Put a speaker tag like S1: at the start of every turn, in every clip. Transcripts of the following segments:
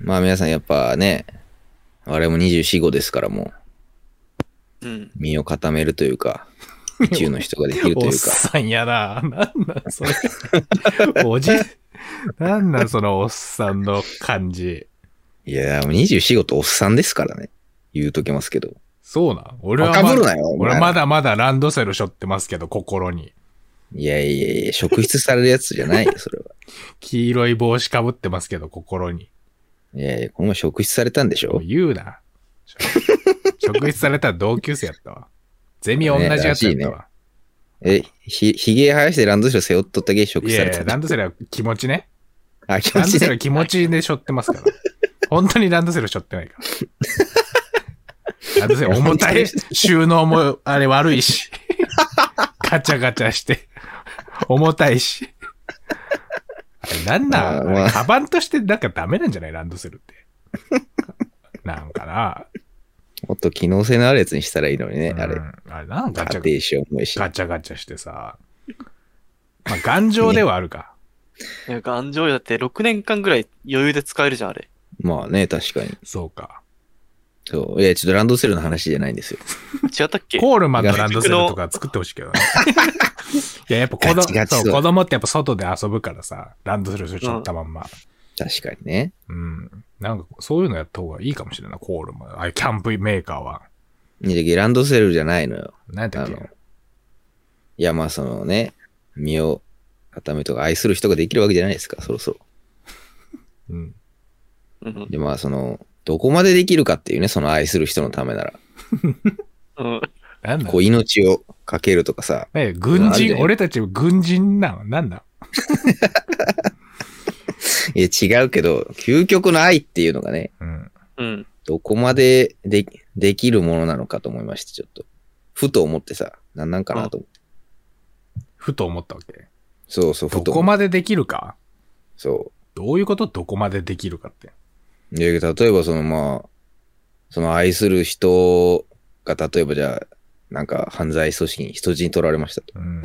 S1: まあ皆さんやっぱね、我々も24、5ですからも
S2: うん。
S1: う身を固めるというか、一応の人ができると
S3: おっ
S1: いうか、
S3: さんやな。なんなんそれ。おじ、なんなんそのおっさんの感じ。
S1: いや、もう24、5とおっさんですからね。言うときますけど。
S3: そうなん俺は
S1: 若
S3: ま
S1: ぶる
S3: だ、
S1: なよ、お前ら
S3: 俺はまだまだランドセル背負ってますけど、心に。
S1: いやいやいや、職質されるやつじゃ ないよ、それは。
S3: 黄色い帽子かぶってますけど、心に。
S1: いやいや、この前職質されたんでし
S3: も
S1: ょ
S3: う言うな。職質されたら同級生やったわ。ゼミ同じやつやったわ。
S1: ねらえ、ひ、ひげ生やしてランドセル背負っとったけ職
S3: い
S1: 質さ
S3: や
S1: れ
S3: いや、
S1: た
S3: ランドセルは気持ちね。
S1: あ、気持
S3: ランド
S1: ち
S3: セル
S1: ね
S3: は気持ちで背負ってますから。本当にランドセル背負ってないから。ランドセル重たい。収納もあれ悪いし。ガチャガチャして。重たいし。あれなんな
S1: まあまあ
S3: んカバンとしてなんかダメなんじゃないランドセルって。なんかな。
S1: もっと機能性のあるやつにしたらいいのにね、あれ
S3: う。んあれなんガチ
S1: 家
S3: ャ
S1: 庭し重いし。
S3: ガチャガチャしてさ。まあ、頑丈ではあるか。
S2: いや、頑丈よだって6年間ぐらい余裕で使えるじゃん、あれ。
S1: まあね、確かに。
S3: そうか。
S1: そう。いや、ちょっとランドセルの話じゃないんですよ。
S2: 違ったっけ
S3: コールマンのランドセルとか作ってほしいけど ね。いや、やっぱ子
S1: ガチガ
S3: 供、
S1: チそう
S3: そう、子供ってやっぱ外で遊ぶからさ、ランドセルしょったまんま。
S1: 確かにね。
S3: うん。なんか、そういうのやった方がいいかもしれんない、コールマン。あれ、キャンプメーカーは。
S1: いやランドセルじゃないのよ。
S3: なんだっ
S1: あの
S3: け
S1: いや、まあそのね、身を固めとか愛する人ができるわけじゃないですか、そろそろ。
S3: うん。
S2: うん。
S1: で、まあその、どこまでできるかっていうね、その愛する人のためなら。
S2: うん。
S3: なんだ
S1: こう命をかけるとかさ、
S3: ね軍
S1: あるじゃ
S3: 人、
S1: ん
S3: 俺たち軍人なのなんだ
S1: いや違うけど、究極の愛っていうのがね、
S3: うん。
S2: うん。
S1: どこまででできるものなのかと思いまして、ちょっと。ふと思ってさ、なんなんかなと思って。
S3: ふと思ったわけ。
S1: そうそう、ふ
S3: ど
S1: と
S3: こ
S1: 思って。
S3: までできるか
S1: そ
S3: どういうことどこまでできるかって。
S1: う。で、例えばそのまあ、その愛する人が、例えばじゃあ、なんか犯罪組織に人質に取られましたと。
S3: うん。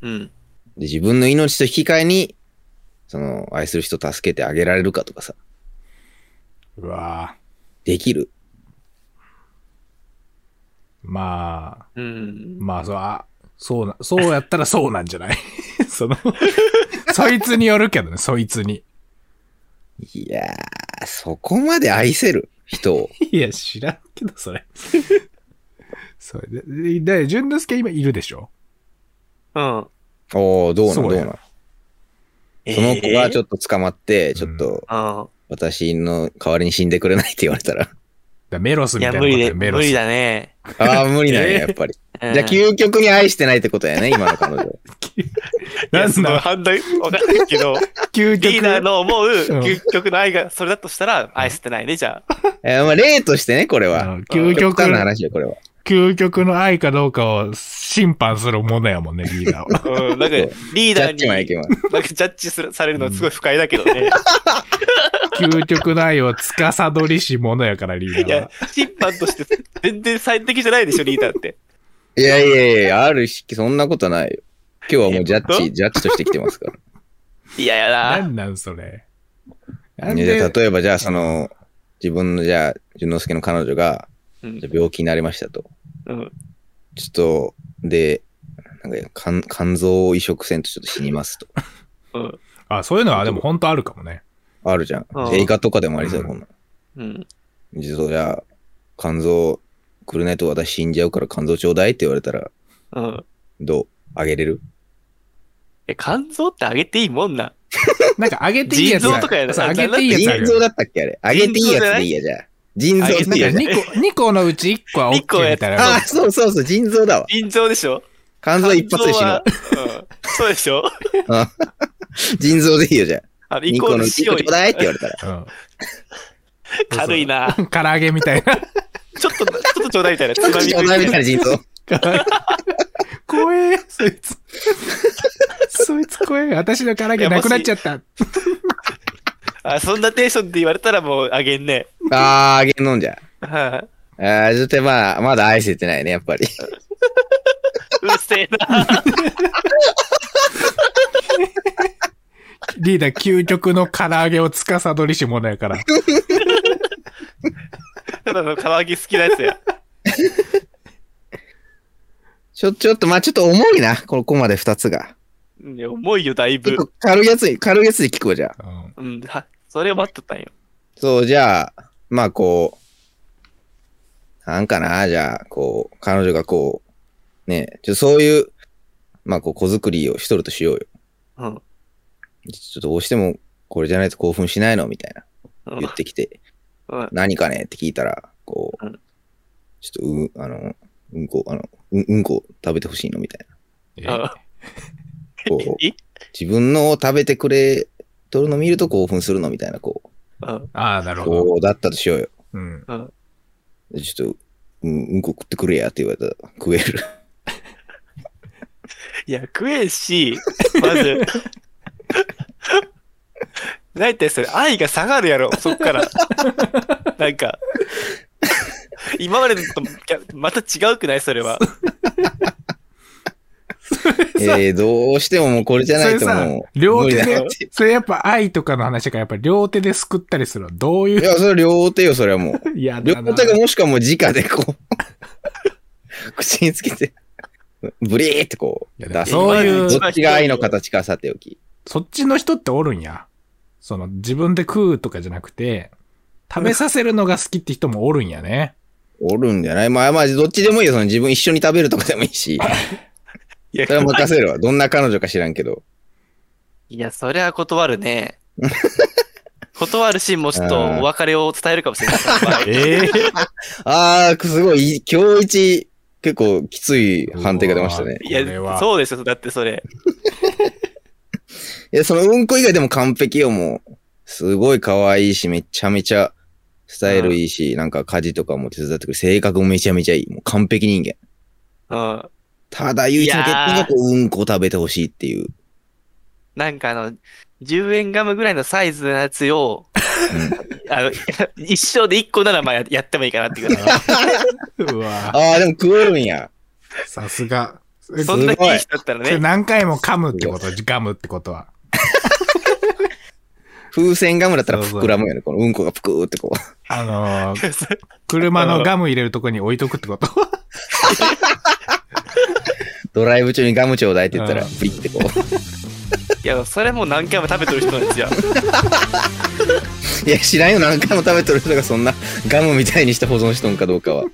S2: うん。
S1: で、自分の命と引き換えに、その、愛する人助けてあげられるかとかさ、
S3: うわぁ。
S1: できる。
S3: まあ、
S2: うん。
S3: まあ、そう、あ、そうな、そうやったらそうなんじゃない その、そいつによるけどね、そいつに。
S1: いやー、そこまで愛せる人を。
S3: いや、知らんけど、それ。 それで、で、で淳之介今いるでしょ
S2: うん。
S1: おー、どうな
S3: そ
S1: んどう
S3: うや
S1: なん。その子がち
S2: ょっ
S1: ょっと捕まって、
S3: ー
S1: ちょっと、
S2: と。
S1: 私の代わりに死んでくれないって言われた ら。
S3: だメロス
S2: うん。い
S3: みた
S2: や、
S3: いな
S2: 無
S3: こ
S2: 理で、
S3: とだよメ
S2: 無
S3: ロス。
S2: 理だね。
S1: ああ、無理なん
S3: え
S1: や、や
S3: ー
S1: っぱり。
S2: じ
S1: じゃあ、究極に愛してないってことやね、今の彼女。
S3: な
S2: そ
S3: ん
S2: の
S3: だ、
S2: 判断わかんないけど、
S3: 究極
S2: リーダーの思う
S3: うん
S2: 究極の愛がそれだとしたら、愛してないね、じゃあ。
S1: えーまあ、例としてね、これは。
S3: うん究極
S1: 極端な話よ、これは。
S3: 究極の愛かどうかを審判するものやもんね、リー ダーは。
S2: うん。なんか
S1: そう、
S2: リ
S1: ジ
S2: ー
S1: ャ
S2: ダー
S1: ッ
S2: に、
S1: ジマンやけ
S2: な
S1: ど。
S2: んかジャッジするされるのすごい不快だけどね。
S3: 究極の愛を司りしものやから、リー
S2: い
S3: ダーは
S2: や。、審判として全然最適じゃないでしょ、リーダーって。
S1: いやいやいや、あるし、そんなことないよ。今日はもうジャッ
S2: え本
S1: ジ、ジャッジとしてきてますから。
S2: いやや
S3: な
S2: な。
S3: んなん、それ。なん
S1: ねじゃあ
S3: で、
S1: 例えばじゃあその、自分のじゃあ、淳之介の彼女が
S2: うん
S1: じゃあ病気になりましたと。
S2: うん。
S1: ちょっと、で、なんか肝肝臓移植せんとちょっと死にますと。
S2: うん。
S3: あ、そういうのはでも本当あるかもね。
S1: あるじゃん
S2: う。ん
S1: 映画とかでもありそうう、
S3: ん
S1: こんなん。
S2: うん。
S1: 実はじゃあ、肝臓くれないと私死んじゃうから肝臓ちょうだいって言われたら、
S2: うん。
S1: どうあげれる
S2: え、肝臓ってあげていいもんな。
S3: なんか、あげていいやつ
S2: 腎臓とかやな
S3: そうあげていいやつあ
S1: 腎
S3: るよ
S1: 臓だったっけあれ。あげていいやつでいいや、じゃあ。腎臓っていいや
S2: あげ
S1: じ
S2: て
S1: ゃ
S2: い
S1: ん。
S2: い
S3: 2個、2個のうち1個は OK
S2: 一個はや
S3: み
S2: った
S3: い
S1: あ
S3: な
S1: あ、。そうそうそう、腎臓だわ。
S2: 腎臓でしょ
S1: 肝臓一発で死ぬわ
S2: 肝。臓はうん。そうでしょ
S1: 腎臓でいいよ、じゃあ。
S2: あの、イ
S1: 2
S2: コ
S1: 個
S2: ー
S1: の
S2: ル
S1: うち1
S2: 塩
S1: 個ちょうだいって言われたら。
S3: うん。
S2: 軽いな。
S3: 唐揚げみたいな。
S2: ちょっと、ちょっとちょうだいみたい な。つまみ
S1: ちょうだいみたいな腎 臓。
S3: 怖え、そいつ。そいつ怖え。私の唐揚げなくなっちゃった。
S2: あ、そんなテンションって言われたらもうあげんね。
S1: あー、あげんのんじゃ。
S2: はい
S1: あー、ちょっとまあ、まだ愛せてないね、やっぱり。
S2: うるせえな。
S3: リーダー究極の唐揚げを司りし者やから。
S2: ただの唐揚げ好きなやつや。
S1: ちょ、ちょっと、まあちょっと重いな。ここまで二つが。
S2: いや重いよ、だい
S1: 結
S2: ぶ。
S1: 構軽いやつに、軽いやつで聞こうじゃあ。
S3: うん
S2: うん、は、それを待っとったんよ。
S1: そう、じゃあ、まあこう、なんかな、じゃあ、こう、彼女がこう、ね、ちょそういう、まあこう、子作りをしとるとしようよ。
S2: うん。
S1: ちょっとどうしてもこれじゃないと興奮しないのみたいな
S2: うん
S1: 言ってきて、
S2: うん
S1: 何かねって聞いたら、こう、
S2: うん
S1: ちょっとう、あの、うんこ、あの、うんうんこ食べてほしいのみた いな。
S3: え
S2: あ
S1: こう
S2: え
S1: 自分のを食べてくれとるの見ると興奮するのみたいな、こう、
S2: うん。
S3: ああ、なるほど。
S1: こうだったとしようよ。
S3: うん。
S2: うん。
S1: ちょっと、うん、うんこ食ってくれやって言われたら食え る。
S2: いや、食えんし、まず。なんてそれ、愛が下がるやろ、そっから。なんか。今までのとまた違うくないそれは。
S1: えー、どうしてももうこれじゃないと
S3: それさ
S1: もう。
S3: 両
S1: 無
S3: 手
S1: 理だ
S3: で
S1: なって、
S3: それやっぱ愛とかの話だから、やっぱ両手ですくったりするの。どうい、
S1: いうや、それは両手よ、それは もう。
S3: や
S1: 両
S3: だな。
S1: 手がもしかもう直でこう、 口につけて、ブリーってこう
S3: いや
S1: 出す。
S3: そういう
S1: どっちが愛の形かさておき。
S3: そっちの人っておるんや。その、自分で食うとかじゃなくて、食べさせるのが好きって人もおるんやね。
S1: おるんじゃないまあまあ、どっちでもいいよ。その自分一緒に食べるとかでもいいし。
S2: いや
S1: それは任せるわ。どんな彼女か知らんけど。
S2: いや、そりゃ断るね。断るし、もうちょっと
S1: うん
S2: お別れを伝えるかもし れない。その場合
S3: ええ
S1: あー、すごい、い今日一、結構きつい判定が出ましたね。
S2: い
S3: これは
S2: や、そうですよ。だってそれ。
S1: いや、そのうんこ以外でも完璧よ、もう。すごい可愛いし、めちゃめちゃ、スタイルいいし、なんか家事とかも手伝ってくれる。性格もめちゃめちゃいい。もう完璧人間。
S2: うん。
S1: ただ唯一の欠点
S2: い
S1: が
S2: やー
S1: こううんこを食べてほしいっていう。
S2: なんかあの、10円ガムぐらいのサイズのやつを、あの、一生で1個ならまあややってもいいかなっていうぐらい。
S3: うわ
S1: ああ、でも食えるんや。
S3: さすが。そ
S2: そんな にいい人だったら
S3: それ
S2: ね。
S3: 何回も噛むってことガムってことは。
S1: 風船ガムだったら膨らむよね。このうんこがぷくーってこう。
S3: あのー、車のガム入れるとこに置いとくってこと
S1: ドライブ中にガムちょうだいって言ったら
S3: う、ん
S1: ブリってこう。
S2: いや、それもう何回も食べてる人なんですよ。
S1: いや、知らんよ。何回も食べとる人がそんなガムみたいにして保存しとんかどうかは。